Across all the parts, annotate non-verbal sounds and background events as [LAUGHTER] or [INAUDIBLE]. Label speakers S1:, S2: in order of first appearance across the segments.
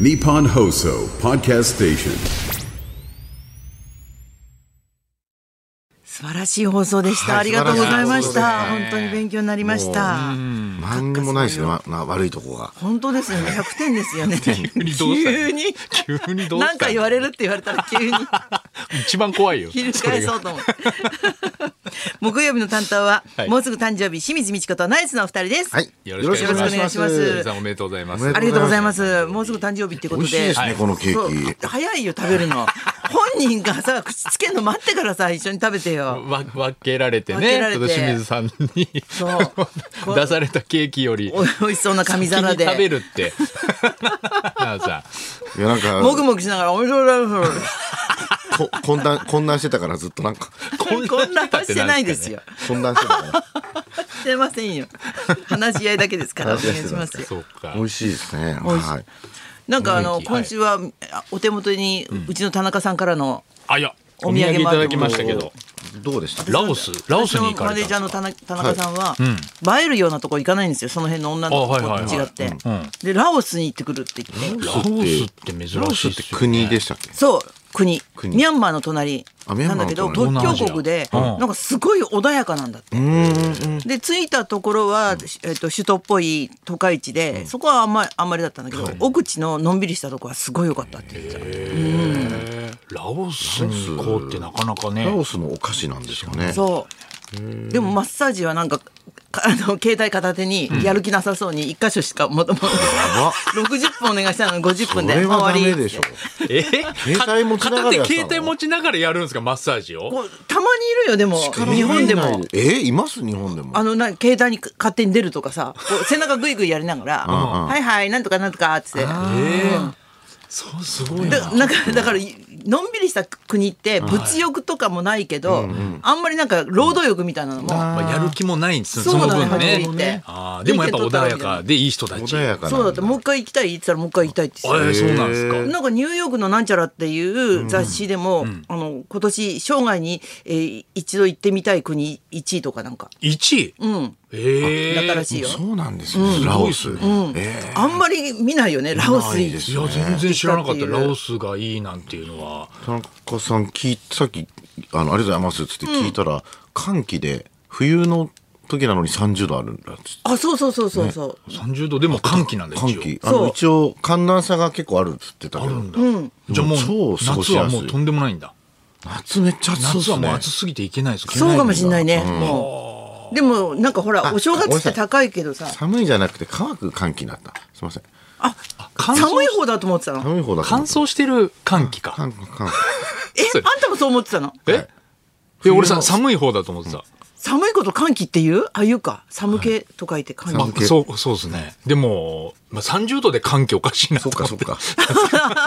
S1: Nippon Hoso Podcast Station.
S2: 素晴らしい放送でした。
S3: はい
S2: ありがとうございまし
S3: 素
S2: た。
S3: 晴ら
S2: 本当に勉強になりました。
S3: 何にもないですね、まな悪いとこが。
S2: 本当ですよね。100点ですよね。
S4: 急にどうしたの
S2: 急に。
S4: 急にどうしたの
S2: なんか言われるって言われたら急に
S4: 一番怖
S2: [LAUGHS]
S4: いよ。
S2: ひる返
S4: そ
S2: そ
S4: れ
S2: うと思って。木曜日の担当は、
S4: はい
S2: もうすぐ誕生日清水美智子とナイツのお二人です。
S3: はい。
S4: よろしくお願いし
S2: ますよろしくお願いしま
S4: がさんおめでとうございます
S3: おめ。で
S2: ありがとうございます。もうすぐ誕生日ってこ
S3: 美
S2: と
S3: 味
S2: で。
S3: しいです
S4: はい
S3: ね、このケー
S2: そう早いよ食べるの本人がさ口つけるの待ってからさ一緒に食べてよ
S4: わ分けられて
S2: 分け
S4: ね、
S2: られ
S4: ち
S2: て
S4: ょっと清水さんに [LAUGHS]
S2: そう
S4: 出されたケーキより
S2: お美味しそうな紙
S4: 先
S2: 皿
S4: に
S2: で
S4: 食べる
S2: [LAUGHS]
S4: って。なあさ
S3: キ。いや、なんか、
S2: もぐもぐしながら「おめでとうございます」
S3: こ混乱、混乱してたからずっとなんか、 [LAUGHS]
S4: ん、こん
S2: こんなはしてないで
S4: よ
S2: すよ。
S3: 混乱してたか。
S2: してませんよ話し合いだけですからお願いしますよ
S4: そうから
S3: 美味しいですね。
S2: 美味しい
S3: はい。
S2: なんかあ
S4: は
S2: の
S4: い
S2: 今週はあお手元にうちの田中さんからの
S4: あいや
S2: お土産
S4: お土産い
S2: もあ
S4: た
S2: る
S4: だきましたけど
S3: どうでした
S4: ラオスラオスに行か
S2: マネ
S4: れ
S2: ージャー
S4: た
S2: の田中田中さんは、映えるようなとこ行かないんですよその辺の女の子
S4: あはいはい
S2: と
S4: は
S2: 違
S4: い
S2: って、
S4: うん
S2: でラオスに行ってくるって言って、
S4: ラオスって珍しいですよ、ね、
S3: ラオスって国でしたっけ
S2: そう国
S3: 国
S2: ミャンマーの隣
S3: あミャ
S2: なん
S3: ンマ
S2: だ
S3: ーの
S2: けど
S3: 隣
S2: 特許国で、
S4: 東南アジアうん
S2: なんかすごい穏やかなんだって。で着いたところは、えっと首都っぽい都会地で、そこはあんまりあんまりだったんだけど、奥地ののんびりしたとこはすごい良かったって言ってた
S4: ラオスに行こうってなかなかね
S3: ラオスのお菓子なんですかね。
S2: そうでもマッサージはなんかかあ [LAUGHS] の携帯片手にやる気なさそうに一箇所しかもともと [LAUGHS]
S3: ば
S2: 60分お願いしたのに50
S3: そ
S2: 分で
S3: れ
S2: 終
S3: は
S2: わ
S3: ダ
S2: り
S3: メでしょ。
S4: え
S3: 携帯持ちながらやったの
S4: 片手携帯持ちながらやるんですかマッサージを
S2: こうたまにいるよでも日本でも。。
S3: え、います日本でも。
S2: あのな携帯にか勝手に出るとかさこ
S3: [LAUGHS]
S2: う背中グイグイやりながら「
S3: んうん
S2: はいはいなんとかなんとか」っつって
S4: そうすごい
S2: だなんかだからのんびりした国って物欲とかもないけど、あんまりなんか労働欲みたいなのも、
S4: まあ、やる気もないんです
S2: そう
S4: その
S2: だね
S4: 分
S2: はっきり言って
S4: ねあーでもやっぱ穏やかでいい人たち
S3: 穏やかな。
S2: そうだってもう一回行きたいって言ってたらもう一回行きたいって
S4: え
S2: 言って
S4: ーそうなんですか
S2: たなんかニューヨークのなんちゃらっていう雑誌でも、あの今年生涯に、えー一度行ってみたい国1位とかなんか、
S4: 1位
S2: うん、
S4: ええ
S2: だったらしいよ、
S3: そうなんですね。ラオス。え
S2: あんまり見ないよねラオス
S3: ない
S2: 行
S3: で
S2: き
S3: す
S4: い
S3: ね
S4: や全然知らなかっ
S2: 行
S4: た
S2: ったっていう
S4: ラオスがいいなんていうのは
S3: 田中さん聞いさっきあのありがとうございますっつって聞いたら、寒気で冬の時なのに30度あるんだっつって
S2: あそうそうそうそうそう、
S4: 30度でも寒気なんです
S3: 寒
S4: よ
S3: 気あの
S2: そう
S3: 一応寒暖差が結構あるっつってたけど
S4: じゃあもう
S3: 超過ごし
S4: 夏
S3: や
S4: は
S3: すい
S4: もうとんでもないんだ
S3: 夏めっちゃ暑そうっ
S4: 夏
S3: す
S4: はもう
S3: ね
S4: 暑すぎていけないです
S2: そうかも
S4: し
S2: しんないね。もうでもなんかほら
S3: あ
S2: お正月って高いけどさ、
S3: 寒いじゃなくて乾く寒気だったすいません
S2: あ
S4: 乾燥
S2: 寒い方だと思ってたの。
S3: 寒い方だと
S4: 乾
S3: 思った
S4: 燥してる寒気か
S3: 寒寒
S2: え、
S4: そう
S2: あんたもそう思ってたの。
S4: ええ俺さ寒い方だと思ってた
S2: 寒いこと寒気っていう？あいうか寒気と書いて寒
S3: は
S4: あ
S3: い
S2: 気。
S3: 寒気
S4: そうそうですねでも、まあ、30度で寒気おかしいな
S3: そ
S4: と
S3: っか
S4: 思
S3: そっ
S4: って
S3: か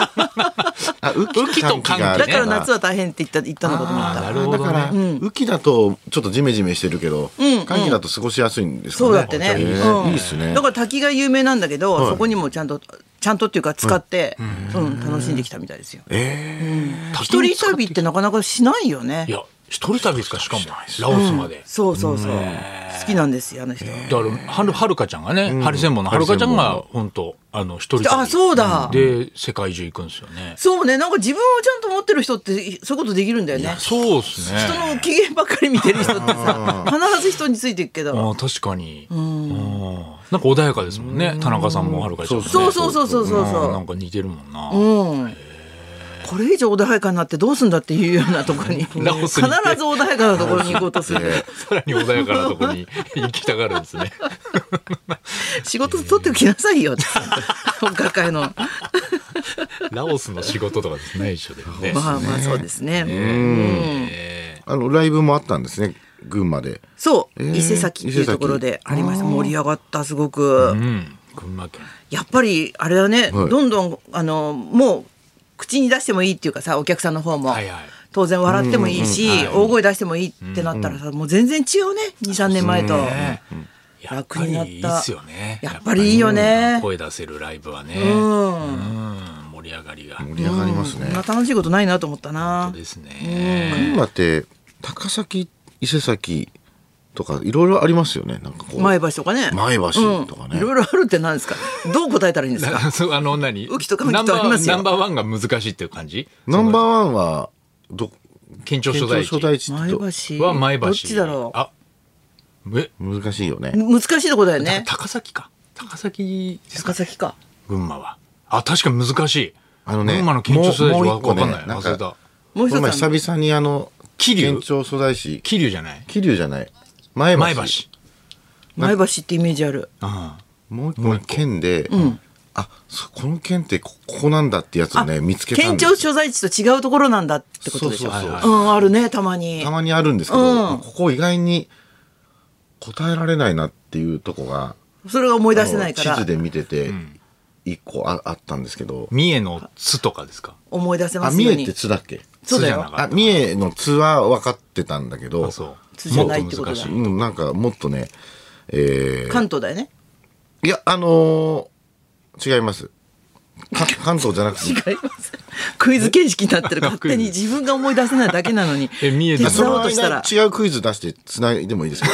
S3: あ雨季と寒気がある
S4: 雨季と寒気
S2: だから夏は大変って言った言ったのかと思っ
S4: あーな
S2: た。
S4: るほど
S3: だ
S4: ね
S3: から、雨季だとちょっとジメジメしてるけど、寒気だと過ごしやすいんですかね
S2: そうだってね。
S3: へー
S2: うん
S3: いいですね
S2: だから滝が有名なんだけど、そこにもちゃんとちゃんとっていうか使って、うん楽しんできたみたいですよ。一人旅ってなかなかしないよね
S4: い。や一人旅ですかしかもラオスまで、
S2: そうそうそう。好きなんですよあの人。
S4: だからはるはるかちゃんがね、ハリセンボンのはるかちゃんが本当あの一人旅
S2: あそうだ
S4: で世界中行くんですよね
S2: そうね、なんか自分をちゃんと持ってる人ってそういうことできるんだよね。
S4: そうですね
S2: 人の機嫌ばっかり見てる人ってさ、必ず人についていくけど。
S4: あー確かにうんなんか穏やかですもんね田中さんもはるかちゃんもね
S2: そうそうそうそうそうそう
S4: うんなんか似てるもんな、
S2: これ以上穏やかになってどうすんだっていうようなところに、必ず
S4: ラオスに行って
S2: 穏やかなところに行こうとする。
S4: さらに穏やかなとこに [LAUGHS] 行きたがるんですね
S2: 仕事取っておきなさいよって。本学会の。ま
S4: ラオスの仕事とかですね一緒でもね
S2: あまあそうですね。うん
S3: あのライブもあったんですね群馬で
S2: そう、
S3: えー
S2: 伊勢崎っていうところでありました。盛り上がった、すごく。
S4: うん群馬県
S2: やっぱりあれだね、
S3: はい
S2: どんどんあのもう口に出してもいいっていうかさお客さんの方も、
S4: はいはい
S2: 当然笑ってもいいし、大声出してもいいってなったらさ、もう全然違うね23年前と。
S4: ねやっぱりいいっすよね
S2: 楽になったやっぱりいいよね
S4: やっぱり声出せるライブはね
S2: う
S4: うん
S2: ん
S4: 盛り上がりが
S3: 盛り上がりますね
S2: こんな楽しいことないなと思ったな
S4: ですね
S3: 群馬って高崎伊勢崎とかいろいろありますよねなんかこう
S2: 前橋とかね
S3: 前橋とかね
S2: うんいろいろあるって何ですかどう答えたらいいんです
S4: [LAUGHS]
S2: か
S4: そうあの何
S2: 浮きとか浮きとありますよ
S4: ナンバーナンバーワンが難しいっていう感じ
S3: ナンバーワンはど
S4: 県庁
S3: 県
S4: 所
S3: 庁
S4: 在
S3: 所
S4: 地
S3: 在地
S2: 前
S3: と
S2: 橋
S4: は前橋
S2: どっちだろ
S4: あえ
S3: 難しいよね
S2: う難しいとこだよね
S4: 高崎か高崎ですか
S2: 高崎か
S4: 群馬はあ確かに難しい
S3: あのね
S4: 群馬の県庁所在地
S3: もう
S4: は
S3: もう一個
S4: 分
S3: ね
S4: かんない
S3: なんか
S4: 忘れた
S2: もう
S3: こ
S2: 一
S3: の前
S2: つある
S3: 久々にあの
S4: 桐生
S3: 県庁所在地
S4: 桐生じゃない
S3: 桐生じゃない前橋
S4: 前橋
S2: 前橋ってイメージある
S4: あ
S3: もう一個の県で、あそこの県ってこここなんだってやつをね見つけたん
S2: 県
S3: です
S2: 庁所在地と違うところなんだってことでしょ
S3: そうそうそう
S2: うんあるねたまに
S3: たまにあるんですけど、
S2: うん
S3: ここ意外に答えられないなっていうとこが
S2: それが思い出せないか
S3: あの
S2: ら
S3: 地図で見てて一個ああったんですけど、
S4: 三重の津とかですか
S2: 思い出せ
S3: あ
S2: ます
S3: 三
S2: よう
S3: 重っ
S2: に
S3: て津だっけ
S2: そうだ
S4: 津じゃ
S2: よ
S4: なかった
S3: あ三重の津は分かってたんだけど
S4: あそう
S2: 津じゃないってことだ
S4: もっ難しい
S3: うん、なんかもっとねえー
S2: 関東だよね [LAUGHS]
S3: いやあのー違いますか [LAUGHS] 関東じゃなくて
S2: 違いますクイズ形式になってる勝手に自分が思い出せないだけな
S3: [LAUGHS]
S2: のに
S4: え三重
S2: 手
S4: だ
S3: そ
S2: 伝お
S3: の
S2: うとしたら
S3: 間違うクイズ出してつないでもいい
S2: [LAUGHS]
S3: ですか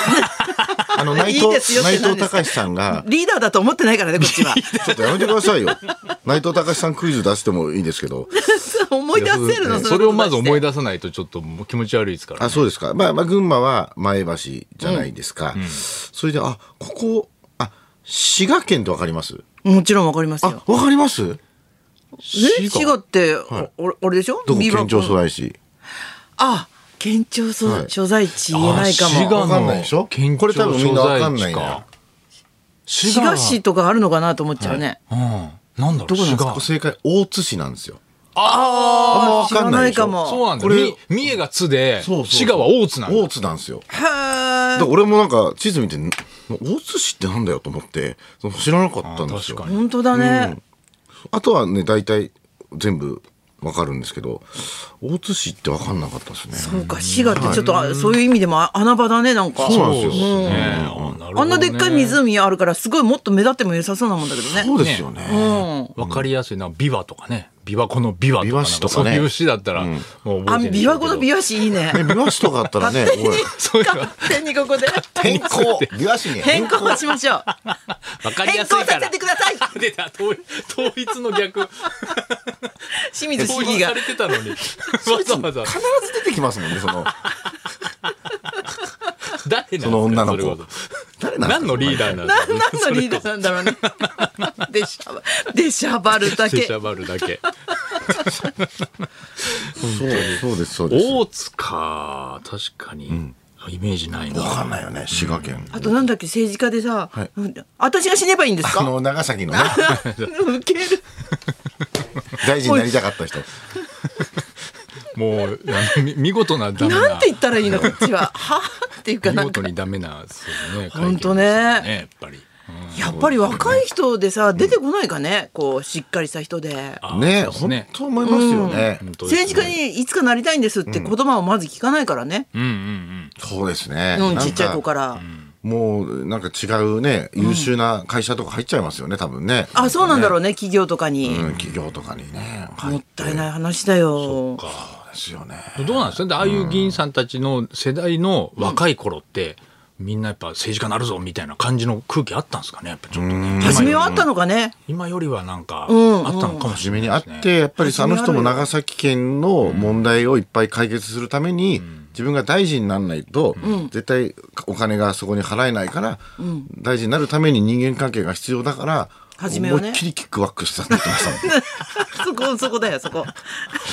S3: あの内
S2: い
S3: 藤
S2: いですよって
S3: 内
S2: 何
S3: 藤
S2: ですか
S3: 隆さんが
S2: リーダーだと思ってないからねこっち
S3: [LAUGHS]
S2: は
S3: ちょっとやめてくださいよ内藤隆さんクイズ出してもいいですけど
S2: [LAUGHS] 思い出せるの
S4: それをまず思い
S2: 出
S4: 出さないとちょっともう気持ち悪いですから
S3: あそうですか、まあ、まあ群馬は前橋じゃないですか、それであここあ滋賀県ってわかります
S2: もちろんわかります
S3: あ
S2: よ
S3: わかります
S2: え滋賀ってお俺でしょ
S3: どこ
S2: ビーバー
S3: 県庁所在地
S2: あ県庁
S3: は
S2: 所
S3: い
S2: 所在地言えないか
S4: あ滋
S2: も
S4: 賀
S3: わかんないでしょ
S4: の県
S3: こ
S4: 庁
S3: れ多
S4: 所
S3: 分みんなわか
S4: 在
S3: んない
S4: 地
S3: んだよ
S4: か
S2: 滋賀市とかあるのかなと思っちゃうね
S4: うんなんだろう滋賀
S3: ここ正解大津市なんですよ
S4: あ
S3: あんまわ
S2: 知ら
S3: かん
S2: な
S3: ない
S2: い
S3: でしょ
S2: かも
S4: そうなんだ
S3: これ
S4: み三重が津で
S3: そうそう
S4: 滋賀は大津なんだ
S3: 大津なんですよ
S2: へー
S3: で俺もなんか地図見てん大津市ってなんだよと思ってその知らなかったんですよ
S4: あ確かに
S2: 本当だね
S3: あとはね大体全部わかるんですけど大津市ってわかんなかったですね
S2: そうか滋賀ってちょっとあそういう意味でもあ穴場だねなんか
S3: そうなん
S4: そう
S3: で
S4: ですす
S3: よ、
S4: ねあなるほどね
S2: あんなでっかい湖あるからすごいもっと目立っても良さそうなもんだけどね
S3: そうですよね
S2: うん
S4: わかりやすいな琵琶とかね琵琶湖の琵琶とか
S3: 琵琶市とかね
S4: なんそういう市だったらもう
S2: あ
S4: 覚えてる
S2: 琵琶湖の
S4: 琶
S2: 琵琶市いいね
S3: ね琵琶市とかあった
S2: [LAUGHS]
S3: らねおい
S4: そういうの
S2: 勝手にここで
S3: 変更琵琶市に
S2: 変更しましょう
S4: わか
S2: [LAUGHS]
S4: り
S2: 変
S4: やすい
S2: 更
S4: か
S2: さ
S4: ら
S2: せてください
S4: [LAUGHS] 出た統一統一の
S2: [LAUGHS]
S4: 逆
S2: 清水市
S4: 統
S2: 議
S4: 一さ
S2: が
S4: れて
S2: [LAUGHS]
S4: たのにわざわざ
S3: 必ず出てきますもんねその
S4: 誰なんですか
S3: その女の子
S4: れは
S3: 誰なんですか
S4: 何のリーダーなんです
S2: 何のリーダーなんだろう [LAUGHS] ねでしゃばでしゃばるだ
S4: か
S2: け
S4: シャバルだけ
S3: そうそうですそうです
S4: 大津か確かにイメージない
S3: わ
S4: な
S3: かんないよね滋賀県
S2: あとなんだっけ政治家でさ、
S3: はい
S2: 私が死ねばいいんです
S3: あ
S2: か
S3: の長
S2: [LAUGHS]
S3: 崎のね
S2: ウケる
S3: 大臣になりたかった人
S4: もうあのみ [LAUGHS] 見事なダメ
S2: なん
S4: な
S2: て言ったらいいのこっちははあっていうかな
S4: 見
S2: んか
S4: 事にダメなそうね
S2: ほんとね
S4: 会見ですよ
S2: や
S4: やっぱり
S2: っぱり若い人でさ出てこないかねこうしっかりした人で
S4: あ
S3: ね
S4: そうで
S3: 本
S4: す
S3: 当思いますよね
S4: 本当です
S2: 政治家にいつかなりたいんですって言葉をまず聞かないからね、
S4: うんうんうん
S3: そうですね
S2: うん
S3: なんか
S2: ちっちゃい子から、
S3: もうなんか違うね優秀な会社とか入っちゃいますよね多分ね
S2: あそうなんだろうね企業とかに、
S3: うん企業とかにね
S2: もったい
S3: い
S2: ない話だよ
S3: ですよね
S4: どうなんですかでああいう議員さんたちの世代の若い頃って、みんなやっぱ政治家なるぞみたいな感じの空気あったんですかねやっぱちょっとね今より
S2: 初めはあったのかね [LAUGHS]
S4: 今よりはなんか
S2: んうん
S4: あったのかも
S3: 初
S4: しれな
S3: め
S4: い
S3: に
S4: で
S3: あ
S4: す
S3: っ
S4: ね、
S3: てやっぱり
S2: 初
S3: あ
S2: めある
S3: の
S2: よ
S3: 人も長崎県の問題をいっぱい解決するために自分が大臣にならないと絶対お金がそこに払えないから大臣になるために人間関係が必要だから
S2: 初めはね
S3: 思いっきりキックバックしたって言ってましたもん
S2: そこそこだよそこ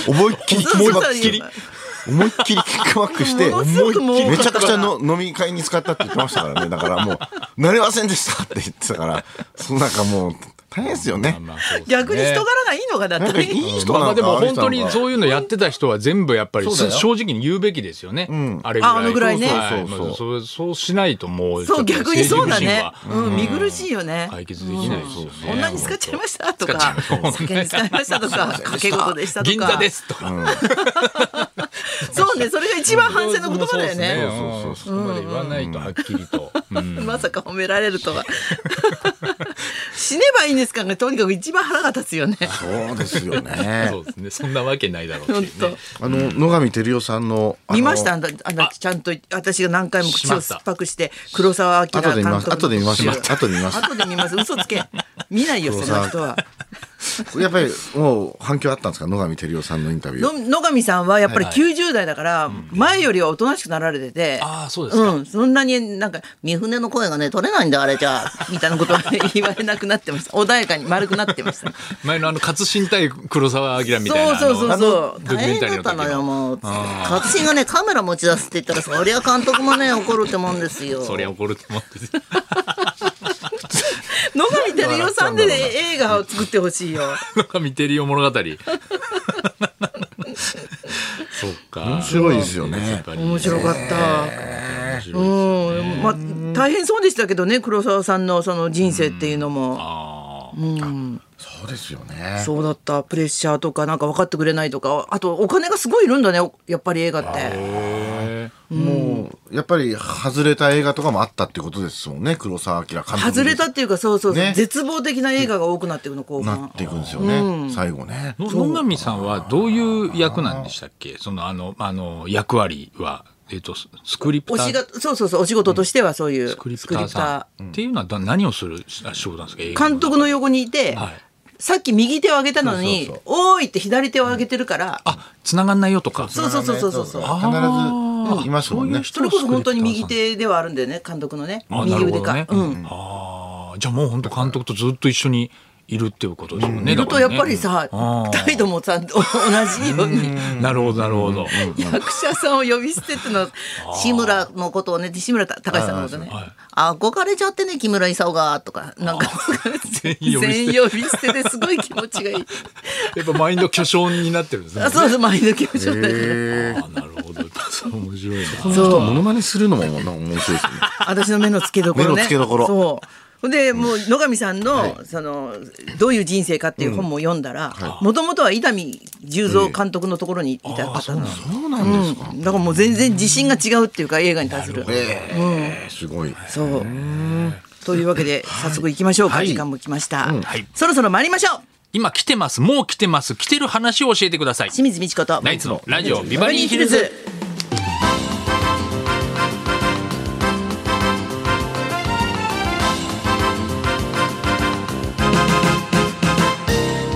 S3: 思いっきりキックバック
S2: そ
S3: し
S2: うそう
S3: て思いっきりキックバックして
S2: ものすごくもう
S3: めちゃくちゃの飲み会に使ったって言ってましたからねだからもう「なれませんでした」って言ってたからそのなんかもう大変ですよね
S4: まあそうですね
S2: 逆に人柄がいいのかだっ
S3: なんかい
S2: て、
S3: い人
S4: ま
S3: な
S4: あまあ
S3: んだ
S4: でも本当
S3: あの人
S4: に
S3: なんか
S4: そういうのやってた人は全部やっぱり
S3: そうだよ
S4: 正直に言うべきですよね、あれぐらい
S2: ああのぐらいね
S4: はい
S3: そうそうそう
S4: まあそうそうしないともう
S2: そう
S4: ちょっと
S2: 逆にそうだね
S4: 政治不信は
S2: うん見苦しいよね、
S4: 解決できないですよね、
S2: 女に使っちゃいましたとか酒に使いましたとか掛け事でしたとか
S4: 銀座ですとか、
S2: そうねそれが一番反省の言葉だよね [LAUGHS]
S4: そうそうそうそこまで言わないとはっきりと、うん
S2: まさか褒められるとは。 [LAUGHS] 死ねばいいんですかがとにかく一番腹が立つ [LAUGHS] よね。
S3: そうですよね
S4: そうですね。そんなわけないだろうっていう
S2: 本
S4: ね。
S3: あの野上照代さんのあの
S2: 見ましたあんたあんたちゃんと私が何回も口を酸っぱくして黒澤明監
S3: 後
S2: 督
S3: で見
S2: の
S3: ます後で見ます
S2: 後
S3: 後で
S2: [LAUGHS]
S3: 見ます
S2: で見ます嘘つけ見ないよ
S3: 黒
S2: そ
S3: 澤
S2: の人は
S3: やっぱりもう反響あったんですか野上照代さんのインタビュ
S2: の
S3: ー
S2: 野上さんはやっぱり90代だから前よりはおとなしくなられてて、
S4: ああそうですか
S2: ん、そんなになんか「三船の声がね取れないんだあれじゃ [LAUGHS] あ」みたいなことは言われなくなってました穏やかに丸くなってました
S4: 前のあの勝新対黒澤明 [LAUGHS] みたい
S2: そう
S4: な。
S2: そうそう
S4: あの
S2: そう
S4: ドキュ
S2: 大
S4: メンタ
S2: 変だ
S4: リー
S2: っ
S4: の
S2: たの
S4: 時
S2: よ
S4: の。
S2: もう勝新がねカメラ持ち出すって言ったらそりゃ監督もね怒るってもんですよ
S4: そりゃ怒ると思って。
S2: 野上照代さんで、ね、映画を作ってほしい
S4: [LAUGHS]
S2: よ。
S4: なんか見てるよ物
S3: [LAUGHS]
S4: 語。 [LAUGHS] そうか。
S3: 面白いですよ
S4: やっ
S3: ね
S4: ぱり
S2: 面白かった。うん、まあ大変そうでしたけどね黒沢さんのその人生っていうのも、
S4: あ
S3: そうですよね
S2: そうだったプレッシャーとかなんか分かってくれないとかあとお金がすごいいるんだねやっぱり映画って
S3: もうやっぱり外れた映画とかもあったってことですもんね黒澤明監督
S2: 外れたっていうかそうそうそう、
S3: ね
S2: 絶望的な映画が多くなっていくの後
S3: なっ
S2: 半
S3: ていくんですよね、最後ね
S4: あ。の野上さんはどういう役なんでしたっけ？そのあのあの役割はえっとススクリプ
S2: お
S4: タ
S2: 仕
S4: ー。
S2: 事そうそうそうお仕事としてはそういう、
S4: スクリプターさんっていうのはだ何をするあ仕事なんですか映画
S2: 監督の横にいて、
S4: はい
S2: さっき右手を上げたのに
S3: そうそう
S2: おーいって左手を上げてるから、
S4: あ繋がんないよとか
S2: そうそうそうそうそうそう
S3: 必ずいますもんね。
S2: それこそ本当に右手ではあるんだよね監督のね
S4: あ
S2: 右腕か、
S4: なるほ
S2: う
S4: ど
S2: ん
S4: ねあーじゃあもう本当監督とずっと一緒にいるっていうことですもんね。
S2: いると
S4: だ
S2: や
S4: か
S2: っ
S4: らね
S2: ぱりさ、
S4: あー
S2: 態度もちゃんと同じように
S4: なるほどなるほど。
S2: 役者さんを呼び捨てって
S4: [LAUGHS]
S2: のは志村のことをね志村た高橋さんのことね
S4: はい
S2: 「あ憧れちゃってね木村功が」とかなんか
S4: [LAUGHS] 全員呼び捨
S2: 全
S4: て
S2: 員呼び捨てですごい気持ちがいい
S4: [LAUGHS] やっぱマインド巨匠になってるんですね
S2: あ。そうそう前の気持ち
S3: へ
S2: がいい
S3: え。
S4: あなるほど。そう面白いな。
S3: ちょっとモノマネするのもなんか面白いですね。
S2: 私の目の付けどころね。
S3: 目の付けどころ
S2: そう。ほんでもう野上さんの、そのどういう人生かっていう本も読んだらもともとは伊丹十三監督のところにいたかったの、
S3: そうなんですか。
S2: だからもう全然自信が違うっていうか映画に対する
S3: ええ、すごい。
S2: そうというわけで早速行きましょうか、
S3: はい
S2: 時間も来ました、
S4: はい
S2: そろそろ参りましょう
S4: 今来てます。もう来てます。来てる話を教えてください。
S2: 清水美智子と
S4: ナイツのラジオビバリーヒルズ。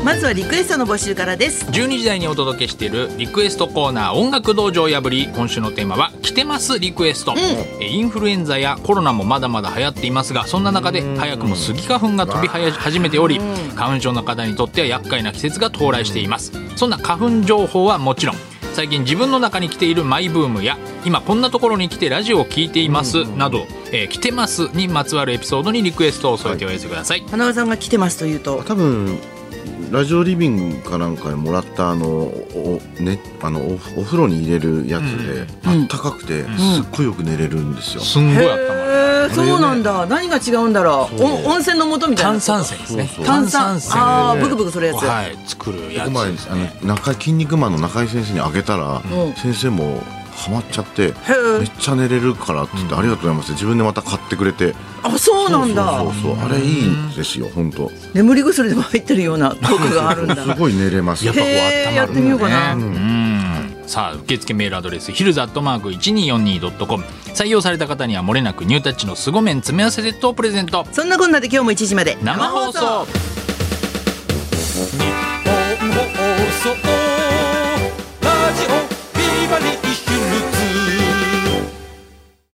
S2: まずはリクエストの募集からです
S4: 12時台にお届けしているリクエストコーナー音楽道場を破り今週のテーマは来てますリクエスト、えインフルエンザやコロナもまだまだ流行っていますがそんな中で早くもスギ花粉が飛びはや始めており花粉症の方にとっては厄介な季節が到来していますそんな花粉情報はもちろん最近自分の中に来ているマイブームや今こんなところに来てラジオを聞いていますなど、えー来てますにまつわるエピソードにリクエストを添えてお寄せください、
S2: 花輪さんが来てますというと
S3: 多分ラジオリビングかなんかでもらったあのおねあのおお風呂に入れるやつであったかくてすっごいよく寝れるんですよ。
S4: すんごい
S2: へ
S4: あったま
S2: ー
S4: る
S2: そうなんだ何が違うんだろうお温泉の元みたいな
S4: 炭酸泉ですね
S3: そうそう
S2: 炭酸
S4: 泉
S2: ああブクブクするやつ、
S4: はい、作るや
S3: こ
S4: つ
S3: の前
S4: です
S3: あ
S4: ね。
S3: の中井筋肉マンの中井先生にあげたら
S2: うん
S3: 先生もハマっちゃって
S2: ー
S3: めっちゃ寝れるからって言ってありがとうございますって自分でまた買ってくれて。
S2: あそうなんだ
S3: そうそうそうあれいいんですよ本当。す
S2: 眠り薬でも入ってるような効果があ
S4: [LAUGHS]
S2: るんだ
S3: ごい寝れます。
S4: やっぱこう
S2: へーや
S4: 温ま
S2: っ
S4: る
S2: てみようかな、
S4: うんさあ受付メールアドレスヒルズアットマーク 1242.com 採用された方にはもれなくニュータッチの凄麺詰め合わせセットをプレゼント
S2: そんなこんなで今日も1時まで
S4: 生放送
S5: 放送ラジオビバリー